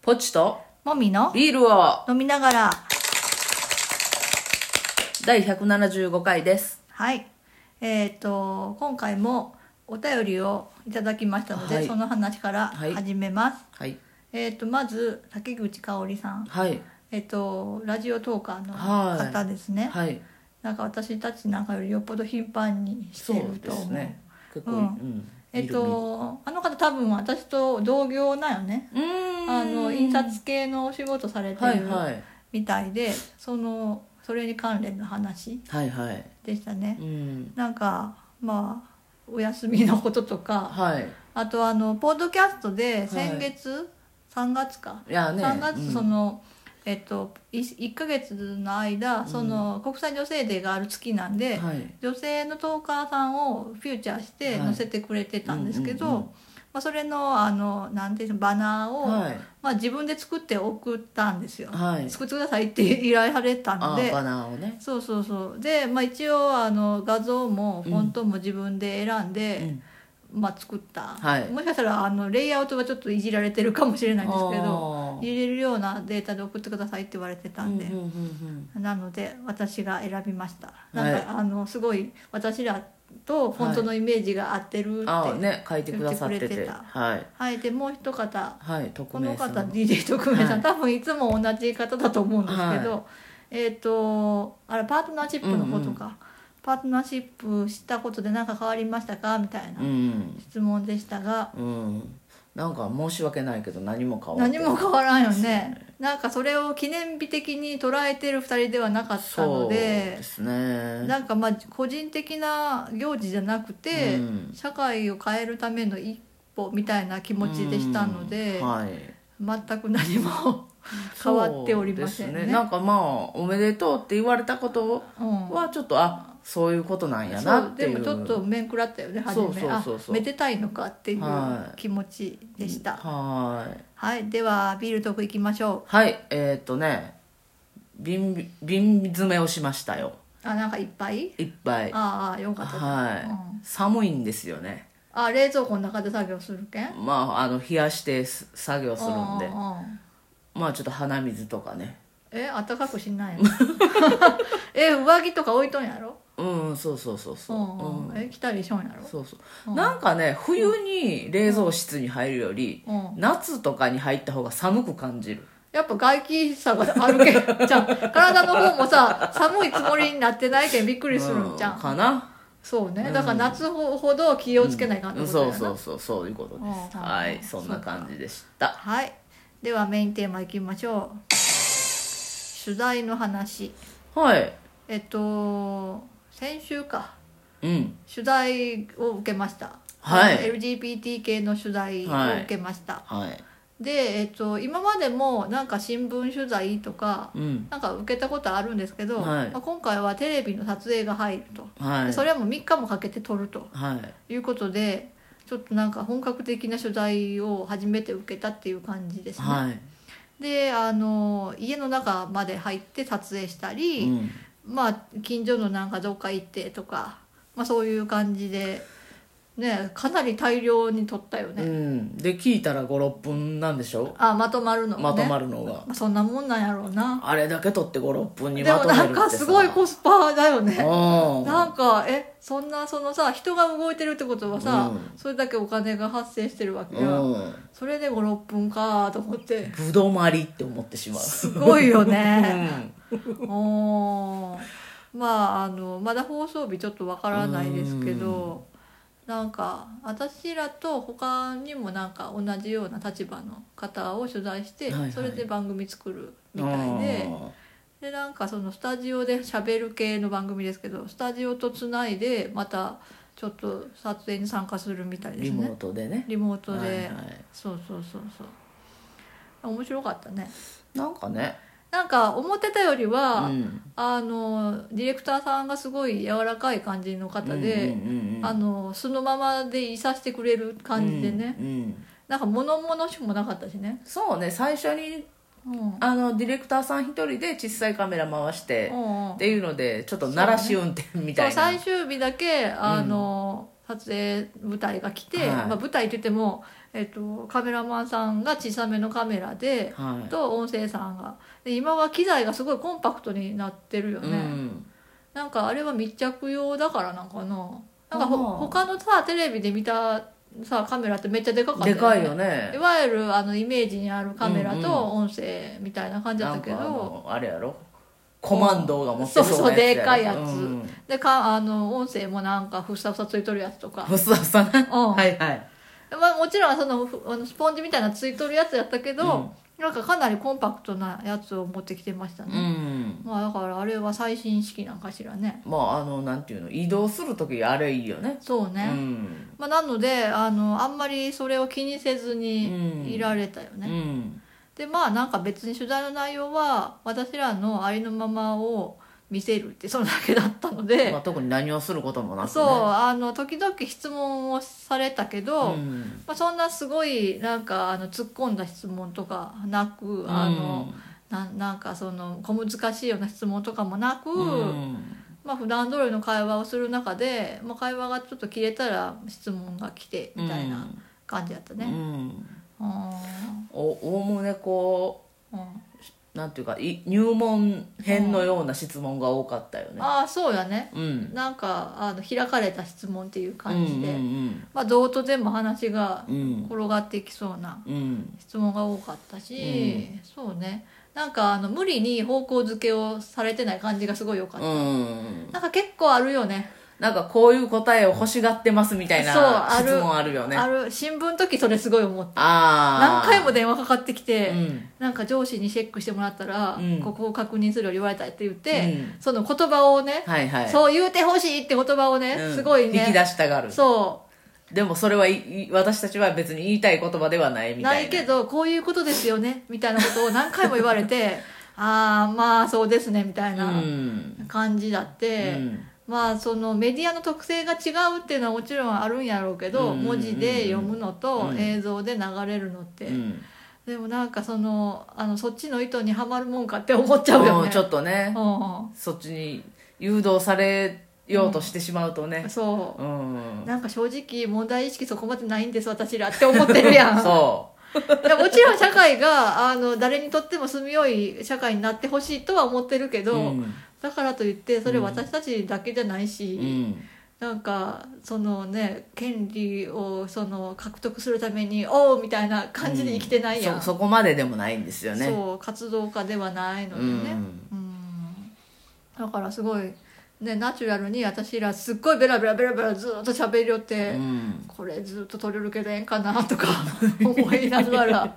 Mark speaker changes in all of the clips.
Speaker 1: ポチと
Speaker 2: もみの
Speaker 1: ビールを
Speaker 2: 飲みながら
Speaker 1: 第175回です。
Speaker 2: はいえっ、と今回もお便りをいただきましたので、
Speaker 1: はい
Speaker 2: その話から
Speaker 1: はい
Speaker 2: 始めます、
Speaker 1: はい。
Speaker 2: えっ、とまず竹口香織さん
Speaker 1: はい。
Speaker 2: えっ、とラジオトーカーの
Speaker 1: はい
Speaker 2: 方ですね、
Speaker 1: はい。
Speaker 2: なんか私たちなんかよりよっぽど頻繁にして
Speaker 1: そ
Speaker 2: る
Speaker 1: う
Speaker 2: と
Speaker 1: で
Speaker 2: 思う
Speaker 1: すね。結構、
Speaker 2: う
Speaker 1: うんん。
Speaker 2: えっ、とあの方多分私と同業なよね
Speaker 1: 見る、見る
Speaker 2: あの印。刷系のお仕事されて
Speaker 1: はい
Speaker 2: る
Speaker 1: はい。
Speaker 2: みたいで、そのそれに関連の話
Speaker 1: はいはい。
Speaker 2: でしたね
Speaker 1: う、ん。
Speaker 2: なんかまあお休みのこととか
Speaker 1: はい。
Speaker 2: あとあのポッドキャストで
Speaker 1: い
Speaker 2: 先月、3月か、
Speaker 1: いやね。
Speaker 2: 3月そ
Speaker 1: うん
Speaker 2: の、えっとい1ヶ月の間その、国際女性デーがある月なんで、
Speaker 1: はい。
Speaker 2: 女性のトーカーさんをフューチャーして
Speaker 1: はい
Speaker 2: 載せてくれてたんですけど、
Speaker 1: うんうんうん
Speaker 2: まあ、それのあのなんていうのバナーを、
Speaker 1: はい。
Speaker 2: まあ、自分で作って送ったんですよ、
Speaker 1: はい。
Speaker 2: 作ってくださいって依頼された
Speaker 1: あ
Speaker 2: の
Speaker 1: ー
Speaker 2: で
Speaker 1: バナーをね。
Speaker 2: そうそうそうで、まあ、一応あの画像もフォントも自分で選ん
Speaker 1: う
Speaker 2: で、
Speaker 1: ん。
Speaker 2: まあ、作った、
Speaker 1: はい
Speaker 2: もしかしたらあのレイアウトがちょっといじられてるかもしれないんですけど
Speaker 1: あー
Speaker 2: 入れるようなデータで送ってくださいって言われてたんで、
Speaker 1: うんうんうん
Speaker 2: なので私が選びました
Speaker 1: は
Speaker 2: ないんか、あのすごい私らとフォントのイメージが合ってるっ
Speaker 1: うん。
Speaker 2: て、
Speaker 1: あ
Speaker 2: は
Speaker 1: あ
Speaker 2: い
Speaker 1: ね書いてくださって
Speaker 2: 言ってく
Speaker 1: て。
Speaker 2: れてた
Speaker 1: はい。
Speaker 2: でもう一方
Speaker 1: はい。匿
Speaker 2: こ
Speaker 1: 名
Speaker 2: の
Speaker 1: さん
Speaker 2: 方 DJ 特命さん、多分いつも同じ方だと思うんですけど、
Speaker 1: は
Speaker 2: えっ、とあれパートナーシップのことか、
Speaker 1: う
Speaker 2: パートナーシップしたことで何か変わりましたかみたいな
Speaker 1: うん。
Speaker 2: 質問でしたが、
Speaker 1: うん。なんか申し訳ないけど何も変わって
Speaker 2: 何も変わらんよねなんかそれを記念日的に捉えてる2人ではなかった
Speaker 1: そ
Speaker 2: の
Speaker 1: う
Speaker 2: で
Speaker 1: ですね。
Speaker 2: なんかまあ個人的な行事じゃなくて、
Speaker 1: うん
Speaker 2: 社会を変えるための一歩みたいな気持ちでしたので、
Speaker 1: うんはい、
Speaker 2: 全く何も 変わっておりません
Speaker 1: そう
Speaker 2: ね
Speaker 1: ですなんかまあおめでとうって言われたこと
Speaker 2: うん
Speaker 1: はちょっと、あそういうことなんや
Speaker 2: そ
Speaker 1: な
Speaker 2: う
Speaker 1: って
Speaker 2: で
Speaker 1: いう
Speaker 2: もちょっと面食らったよね初
Speaker 1: そ
Speaker 2: め
Speaker 1: うそうそうそう
Speaker 2: あめでたいのかっていう
Speaker 1: はい
Speaker 2: 気持ちでしたはい、
Speaker 1: はい
Speaker 2: ではビールトークいきましょ
Speaker 1: はいえーっとね瓶瓶詰めをしましたよ
Speaker 2: うあなんかいっぱい
Speaker 1: いっぱい
Speaker 2: ああよかったです、
Speaker 1: はい、
Speaker 2: うん
Speaker 1: 寒いんですよね
Speaker 2: あ冷蔵庫の中で作業するけん
Speaker 1: まああの冷やしてす作業するんで
Speaker 2: うんうんうん
Speaker 1: まあちょっと鼻水とかね
Speaker 2: え暖かくしないのえ上着とか置いとんやろ
Speaker 1: うんそうそうそう
Speaker 2: う
Speaker 1: そう、
Speaker 2: んうん
Speaker 1: う
Speaker 2: え来たりしょんやろ
Speaker 1: そうそう、
Speaker 2: うん
Speaker 1: なんかね冬に冷蔵室に入るより、
Speaker 2: うん
Speaker 1: 夏とかに入った方が寒く感じる
Speaker 2: やっぱ外気差があるけんじゃあ体の方もさ寒いつもりになってないけんびっくりするんじゃん、
Speaker 1: うかな
Speaker 2: そうね
Speaker 1: うん
Speaker 2: だから夏ほほど気をつけないかんって
Speaker 1: う
Speaker 2: こ
Speaker 1: んそ
Speaker 2: とだよ
Speaker 1: う
Speaker 2: な、
Speaker 1: そうそうそういうことです
Speaker 2: うん
Speaker 1: はい
Speaker 2: うん
Speaker 1: そんな感じでした
Speaker 2: はいではメインテーマいきましょう取材の話
Speaker 1: はい
Speaker 2: えっと先週か
Speaker 1: うん
Speaker 2: 取材を受けました
Speaker 1: はい
Speaker 2: あの LGBT 系の取材を受けました、
Speaker 1: はい
Speaker 2: で、えっと、今までもなんか新聞取材とか
Speaker 1: うん
Speaker 2: なんか受けたことあるんですけど、
Speaker 1: はい
Speaker 2: まあ、今回はテレビの撮影が入ると、
Speaker 1: は
Speaker 2: で
Speaker 1: い
Speaker 2: それはもう3日もかけて撮ると
Speaker 1: はい
Speaker 2: いうことでちょっとなんか本格的な取材を初めて受けたっていう感じですね、
Speaker 1: は
Speaker 2: であの家の中まで入って撮影した
Speaker 1: い、
Speaker 2: り、
Speaker 1: うん、
Speaker 2: まあ近所のなんかどっか行ってとか、まあ、そういう感じで、ね、かなり大量に撮ったよ
Speaker 1: う
Speaker 2: ね、
Speaker 1: ん、で聞いたら56分なんでしょ
Speaker 2: あまとまるのね
Speaker 1: まとまるのが
Speaker 2: まあそんなもんなんやろうな
Speaker 1: あれだけ取って56分に
Speaker 2: で
Speaker 1: ま
Speaker 2: も
Speaker 1: とめるって
Speaker 2: な
Speaker 1: さ
Speaker 2: んかすごいコスパだよね
Speaker 1: うん
Speaker 2: なんかえそんなそのさ人が動いてるってことはさ、
Speaker 1: うん
Speaker 2: それだけお金が発生してるわけ
Speaker 1: う
Speaker 2: や、
Speaker 1: ん
Speaker 2: それで56分かと思って
Speaker 1: ぶどまりって思ってしまう
Speaker 2: すごいよ
Speaker 1: う
Speaker 2: ね
Speaker 1: ん
Speaker 2: おーまああのまだ放送日ちょっとわからないですけどなんか私らと他にもなんか同じような立場の方を取材して、
Speaker 1: はいはい
Speaker 2: それで番組作るみたいででなんかそのスタジオで喋る系の番組ですけどスタジオとつないでまたちょっと撮影に参加するみたい
Speaker 1: うん
Speaker 2: です
Speaker 1: リモー
Speaker 2: ね
Speaker 1: トでね
Speaker 2: リモートで、
Speaker 1: はいはい
Speaker 2: そうそうそうそう面白かったね
Speaker 1: なんかね、
Speaker 2: なんか思ってたより
Speaker 1: う
Speaker 2: は、
Speaker 1: ん、
Speaker 2: あのディレクターさんがすごい柔らかい感じの方で、
Speaker 1: うんうんうん、
Speaker 2: あのそのままでいさせてくれる感じでね、
Speaker 1: うんうん
Speaker 2: なんか物々しくもなかったしね、
Speaker 1: そうね最初に
Speaker 2: うん、
Speaker 1: あのディレクターさん一人で小さいカメラ回して、
Speaker 2: うんうん
Speaker 1: っていうのでちょっと鳴らし運転み
Speaker 2: そ
Speaker 1: た
Speaker 2: う
Speaker 1: いな、
Speaker 2: 最終日だけあの、撮影舞台が来て、
Speaker 1: はい
Speaker 2: まあ、舞台って言ってもえっと、カメラマンさんが小さめのカメラで、
Speaker 1: はい
Speaker 2: と音声さんがで今は機材がすごいコンパクトになってるよね、
Speaker 1: うん
Speaker 2: なんかあれは密着用だからなんかななんかほ
Speaker 1: あー
Speaker 2: 他のさテレビで見たさカメラってめっちゃでかかった
Speaker 1: でかい
Speaker 2: よ
Speaker 1: よ
Speaker 2: ね
Speaker 1: ね
Speaker 2: いわゆるあのイメージにあるカメラ
Speaker 1: うんうん
Speaker 2: と音声みたいな感じだ
Speaker 1: な
Speaker 2: っ
Speaker 1: ん
Speaker 2: たけ
Speaker 1: か
Speaker 2: ど、
Speaker 1: あのあれやろコマンドが持って
Speaker 2: そうそ
Speaker 1: な
Speaker 2: う
Speaker 1: やつ
Speaker 2: でっかいやつ
Speaker 1: うん
Speaker 2: でかあの音声もなんかふさふさついとるやつとか、
Speaker 1: ふさふさな
Speaker 2: うん
Speaker 1: はいはい
Speaker 2: まあ、もちろんそのふあのスポンジみたいなついとるやつやったけ
Speaker 1: うん
Speaker 2: ど、なんかかなりコンパクトなやつを持ってきてました
Speaker 1: う
Speaker 2: ね、
Speaker 1: ん
Speaker 2: まあだからあれは最新式なんかしらね
Speaker 1: まああのなんていうの移動する時あれいいよね
Speaker 2: そうね、
Speaker 1: うん
Speaker 2: まあ、なのであのあんまりそれを気にせず
Speaker 1: うん
Speaker 2: にいられたよ
Speaker 1: う
Speaker 2: ね、
Speaker 1: ん
Speaker 2: でまあなんか別に取材の内容は私らのありのままを見せるってそれだけだったので、
Speaker 1: まあ特に何をすることもなくね
Speaker 2: そうあの時々質問をされたけど、
Speaker 1: ん
Speaker 2: まあ、そんなすごいなんかあの突っ込んだ質問とかなくあの、ななんかその小難しいような質問とかもなく、
Speaker 1: うんうん
Speaker 2: まあ普段通りの会話をする中で、まあ、会話がちょっと切れたら質問が来てみたいな感じだった
Speaker 1: う
Speaker 2: ね。
Speaker 1: ん
Speaker 2: うん
Speaker 1: おおおむねこ
Speaker 2: うん
Speaker 1: うなんていうかい入門編のような質問が多かったよね
Speaker 2: ああそうやね
Speaker 1: うん
Speaker 2: なんかあの開かれた質問っていう感じで、
Speaker 1: うん
Speaker 2: まあどうとでも話が
Speaker 1: うんうん
Speaker 2: 転がっていきそうな
Speaker 1: うん
Speaker 2: 質問が多かったし、そうねなんかあの無理に方向づけをされてない感じがすごい良かった、
Speaker 1: うん
Speaker 2: なんか結構あるよね
Speaker 1: なんかこういう答えを欲しがってますみたいな
Speaker 2: そうある
Speaker 1: 質問あるよね
Speaker 2: ある新聞の時それすごい思った
Speaker 1: ああ
Speaker 2: 何回も電話かかってきて、
Speaker 1: うん
Speaker 2: なんか上司にチェックしてもらったら、
Speaker 1: うん
Speaker 2: ここを確認するように言われたって言って、
Speaker 1: うん
Speaker 2: その言葉をね、
Speaker 1: はいはい
Speaker 2: そう言うてほしいって言葉をね、
Speaker 1: うん
Speaker 2: すごい
Speaker 1: 引き
Speaker 2: ね
Speaker 1: 出したがる
Speaker 2: そ
Speaker 1: でもそれはいい私たちは別に言いたい言葉ではないみた
Speaker 2: う
Speaker 1: いな
Speaker 2: ないけどこういうことですよねみたいなことを何回も言わ れてああまあそうですねみたいうなん感じだっ
Speaker 1: う
Speaker 2: て、
Speaker 1: ん
Speaker 2: まあそのメディアの特性が違うっていうのはもちろんあるんやろうけど、
Speaker 1: うんうんうん
Speaker 2: 文字で読むのと
Speaker 1: うん
Speaker 2: 映像で流れるのって、
Speaker 1: うん
Speaker 2: でもなんかそのあのそっちの意図にはまるもんかって思っちゃうよ
Speaker 1: もう
Speaker 2: ね。
Speaker 1: ちょっとね
Speaker 2: う
Speaker 1: そっちに誘導されようとしてしまうとね
Speaker 2: ん、そうう、
Speaker 1: ん
Speaker 2: なんか正直問題意識そこまでないんです私らって思ってるや ん
Speaker 1: そ
Speaker 2: いやもちろん社会があの誰にとっても住みよい社会になってほしいとは思ってるけ
Speaker 1: う
Speaker 2: ど、
Speaker 1: うん
Speaker 2: だからといってそれ私たちだけじゃないし、
Speaker 1: うん
Speaker 2: なんかそのね権利をその獲得するために「おう!」みたいな感じで生きてないやん、
Speaker 1: そそこまででもないんですよね
Speaker 2: そう活動家ではないのでね、うんだからすごい、ね、ナチュラルに私らすっごいベラベラベラベラずっと喋りよって、
Speaker 1: うん
Speaker 2: これずっと取れるけどええんかなとか 思いながら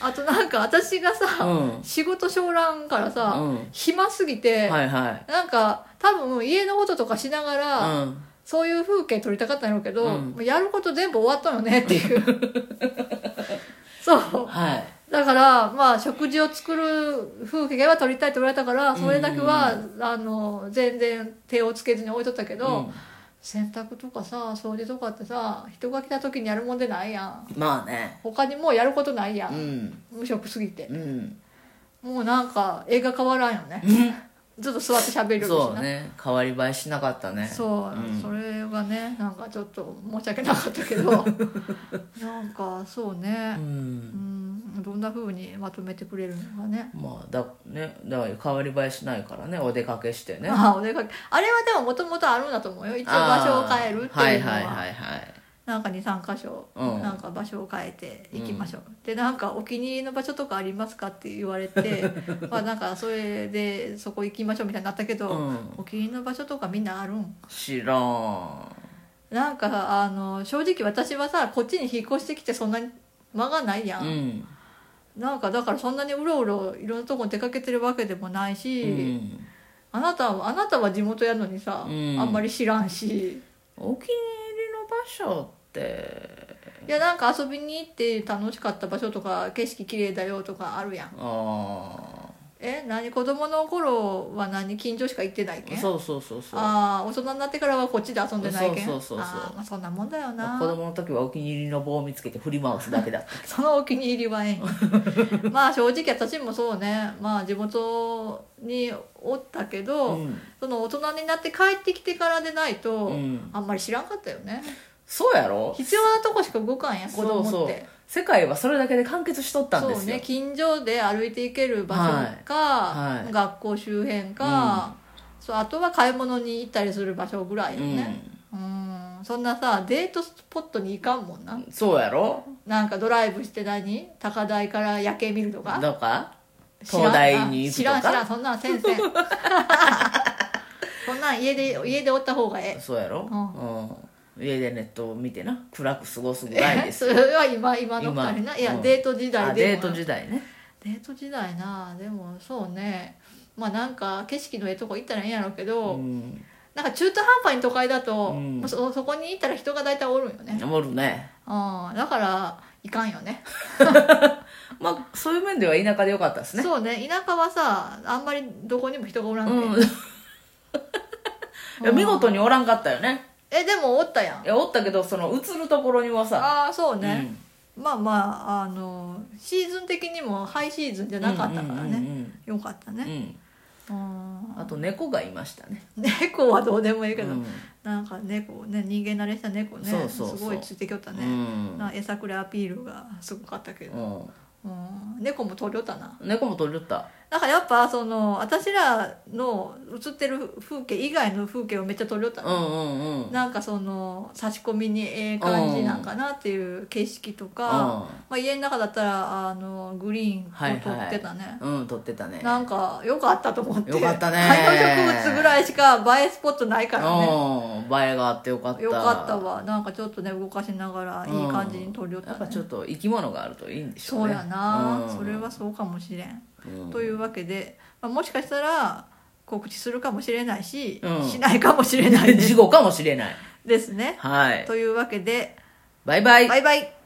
Speaker 2: あとなんか私が
Speaker 1: う
Speaker 2: さ、
Speaker 1: ん
Speaker 2: 仕事小乱からさ、
Speaker 1: うん
Speaker 2: 暇すぎて、
Speaker 1: はいはい
Speaker 2: なんか多分家のこととかしながら、
Speaker 1: うん
Speaker 2: そういう風景撮りたかったんやろうけど、
Speaker 1: うん
Speaker 2: もうやること全部終わったよねっていう そう
Speaker 1: はい
Speaker 2: だからまあ食事を作る風景は撮りたいって言われたからそれだけは、あの全然手をつけずに置いとったけ
Speaker 1: う
Speaker 2: ど、
Speaker 1: ん
Speaker 2: 洗濯とかさ掃除とかってさ人が来た時にやるもんでないやん
Speaker 1: まあね
Speaker 2: 他にもうやることないや、
Speaker 1: うんん
Speaker 2: 無職すぎて
Speaker 1: うん
Speaker 2: もうなんか映画変わらんよねずっと座って喋るよ
Speaker 1: そうう
Speaker 2: しな
Speaker 1: ね変わり映えしなかったね
Speaker 2: そう、
Speaker 1: うん
Speaker 2: それがねなんかちょっと申し訳なかった けどなんかそう
Speaker 1: う
Speaker 2: ね
Speaker 1: ん
Speaker 2: うんどんな風にまとめてくれるのかね
Speaker 1: まあだねだから変わり映えしないからねお出かけしてね
Speaker 2: まあお出かけあれはでももともとあるんだと思うよ一応場所を変えるって
Speaker 1: は
Speaker 2: いう
Speaker 1: い
Speaker 2: の
Speaker 1: はい
Speaker 2: は
Speaker 1: はいはい
Speaker 2: なんか23箇所、
Speaker 1: うん
Speaker 2: なんか場所を変えていきましょう、でなんかお気に入りの場所とかありますかって言わ れてまあなんかそれでそこ行きましょうみたいになったけど、
Speaker 1: うん
Speaker 2: お気に入りの場所とかみんなあるん
Speaker 1: 知らん
Speaker 2: なんかあの正直私はさこっちに引っ越してきてそんなに間がないや、
Speaker 1: うんん
Speaker 2: なんかだからそんなにうろうろいろんなとこに出かけてるわけでもないうし、
Speaker 1: ん
Speaker 2: あなたはあなたは地元やのにさ、
Speaker 1: うん
Speaker 2: あんまり知らんし
Speaker 1: お気に入りの場所って
Speaker 2: いやなんか遊びに行って楽しかった場所とか景色綺麗だよとかあるやん
Speaker 1: あ
Speaker 2: え何子供の頃は何近所しか行ってないけ
Speaker 1: あ
Speaker 2: ん
Speaker 1: そうそうそうそう
Speaker 2: ああ大人になってからはこっちで遊んでないけん
Speaker 1: そうそうそうそう
Speaker 2: あーまあそんなもんだよ
Speaker 1: 子
Speaker 2: な
Speaker 1: 供の時はお気に入りの棒を見つけて振り回すだけだった
Speaker 2: そのお気に入りはえ えまあ正直私もそうねまあ地元におったけど、
Speaker 1: うん
Speaker 2: その大人になって帰ってきてからでないと、
Speaker 1: うん
Speaker 2: あんまり知らんかったよね
Speaker 1: そうやろ
Speaker 2: 必要なとこしか動かんや子
Speaker 1: そうそう
Speaker 2: 供って
Speaker 1: 世界はそれだけで完結しとったんで
Speaker 2: そう
Speaker 1: すよ
Speaker 2: ね近所で歩いて行ける場所か、
Speaker 1: はいはい
Speaker 2: 学校周辺か、そうあとは買い物に行ったりする場所ぐらいよねうんそんなさデートスポットに行かんもんな
Speaker 1: うん、そうやろ
Speaker 2: なんかドライブして何高台から夜景見るとか
Speaker 1: だから
Speaker 2: 知らん
Speaker 1: 東大に行くとか
Speaker 2: 知らん知らんそんなん先 生そんなん家で家でおった方がえ
Speaker 1: そうやろ、うん家でネットを見てな暗く過ごすぐらい
Speaker 2: え
Speaker 1: です
Speaker 2: それは今今の
Speaker 1: 今
Speaker 2: 二人ないや、
Speaker 1: うん
Speaker 2: デート時代
Speaker 1: あ
Speaker 2: で
Speaker 1: デ
Speaker 2: も
Speaker 1: ート時代ね
Speaker 2: デート時代なでもそうねまあなんか景色のええとこ行ったらええんやろうけど、
Speaker 1: うん
Speaker 2: なんか中途半端に都会だと、
Speaker 1: うん
Speaker 2: もうそそこに行ったら人が大体おるんよね、
Speaker 1: おるね
Speaker 2: うん、だからいかんよね
Speaker 1: まあそういう面では田舎でよかったですね
Speaker 2: そうね田舎はさあんまりどこにも人がおらんけ、
Speaker 1: うん いや見事におらんかったよね
Speaker 2: えでもおったやん
Speaker 1: いやおったけどその映るところにはさ
Speaker 2: ああそうね、
Speaker 1: うん
Speaker 2: まあまああのシーズン的にもハイシーズンじゃなかったからね、
Speaker 1: うんうん
Speaker 2: よかった
Speaker 1: うんう
Speaker 2: ね、
Speaker 1: んうん
Speaker 2: うん
Speaker 1: あと猫がいましたね
Speaker 2: 猫はどうでもいいけど、
Speaker 1: うん
Speaker 2: なんか猫ね人間慣れした猫ね
Speaker 1: そうそうそう
Speaker 2: すごいついてきよった
Speaker 1: う
Speaker 2: ね、
Speaker 1: ん
Speaker 2: なんか餌くれアピールがすごかったけど、
Speaker 1: う
Speaker 2: うん猫も取りよったなん
Speaker 1: 猫も取り寄った
Speaker 2: なんかやっぱその私らの映ってる風景以外の風景をめっちゃ取りよった
Speaker 1: う
Speaker 2: ね、
Speaker 1: んうんうんうん
Speaker 2: なんかその差し込みにええ感じなんかなっていう景色とか、まあ、家の中だったらあのグリーンを
Speaker 1: はいはい
Speaker 2: 撮ってたね、
Speaker 1: うん取ってたね
Speaker 2: なんか良かったと思って
Speaker 1: 良かったね
Speaker 2: 観葉植物ぐらいしか映えスポットないからね
Speaker 1: うん映えがあってよかった
Speaker 2: よかったわなんかちょっとね動かしながらいい感じに撮りよっ
Speaker 1: や
Speaker 2: たね
Speaker 1: っぱちょっと生き物があるといいんでしょ
Speaker 2: そうう
Speaker 1: ね
Speaker 2: やな、
Speaker 1: うん
Speaker 2: それはそうかもしれん、
Speaker 1: うん
Speaker 2: というわけで、まあ、もしかしたら告知するかもしれないし、
Speaker 1: うん
Speaker 2: しないかもしれないで
Speaker 1: 事
Speaker 2: す
Speaker 1: 故かもしれない
Speaker 2: ですね
Speaker 1: はい
Speaker 2: というわけで
Speaker 1: バイバイ
Speaker 2: バイバイ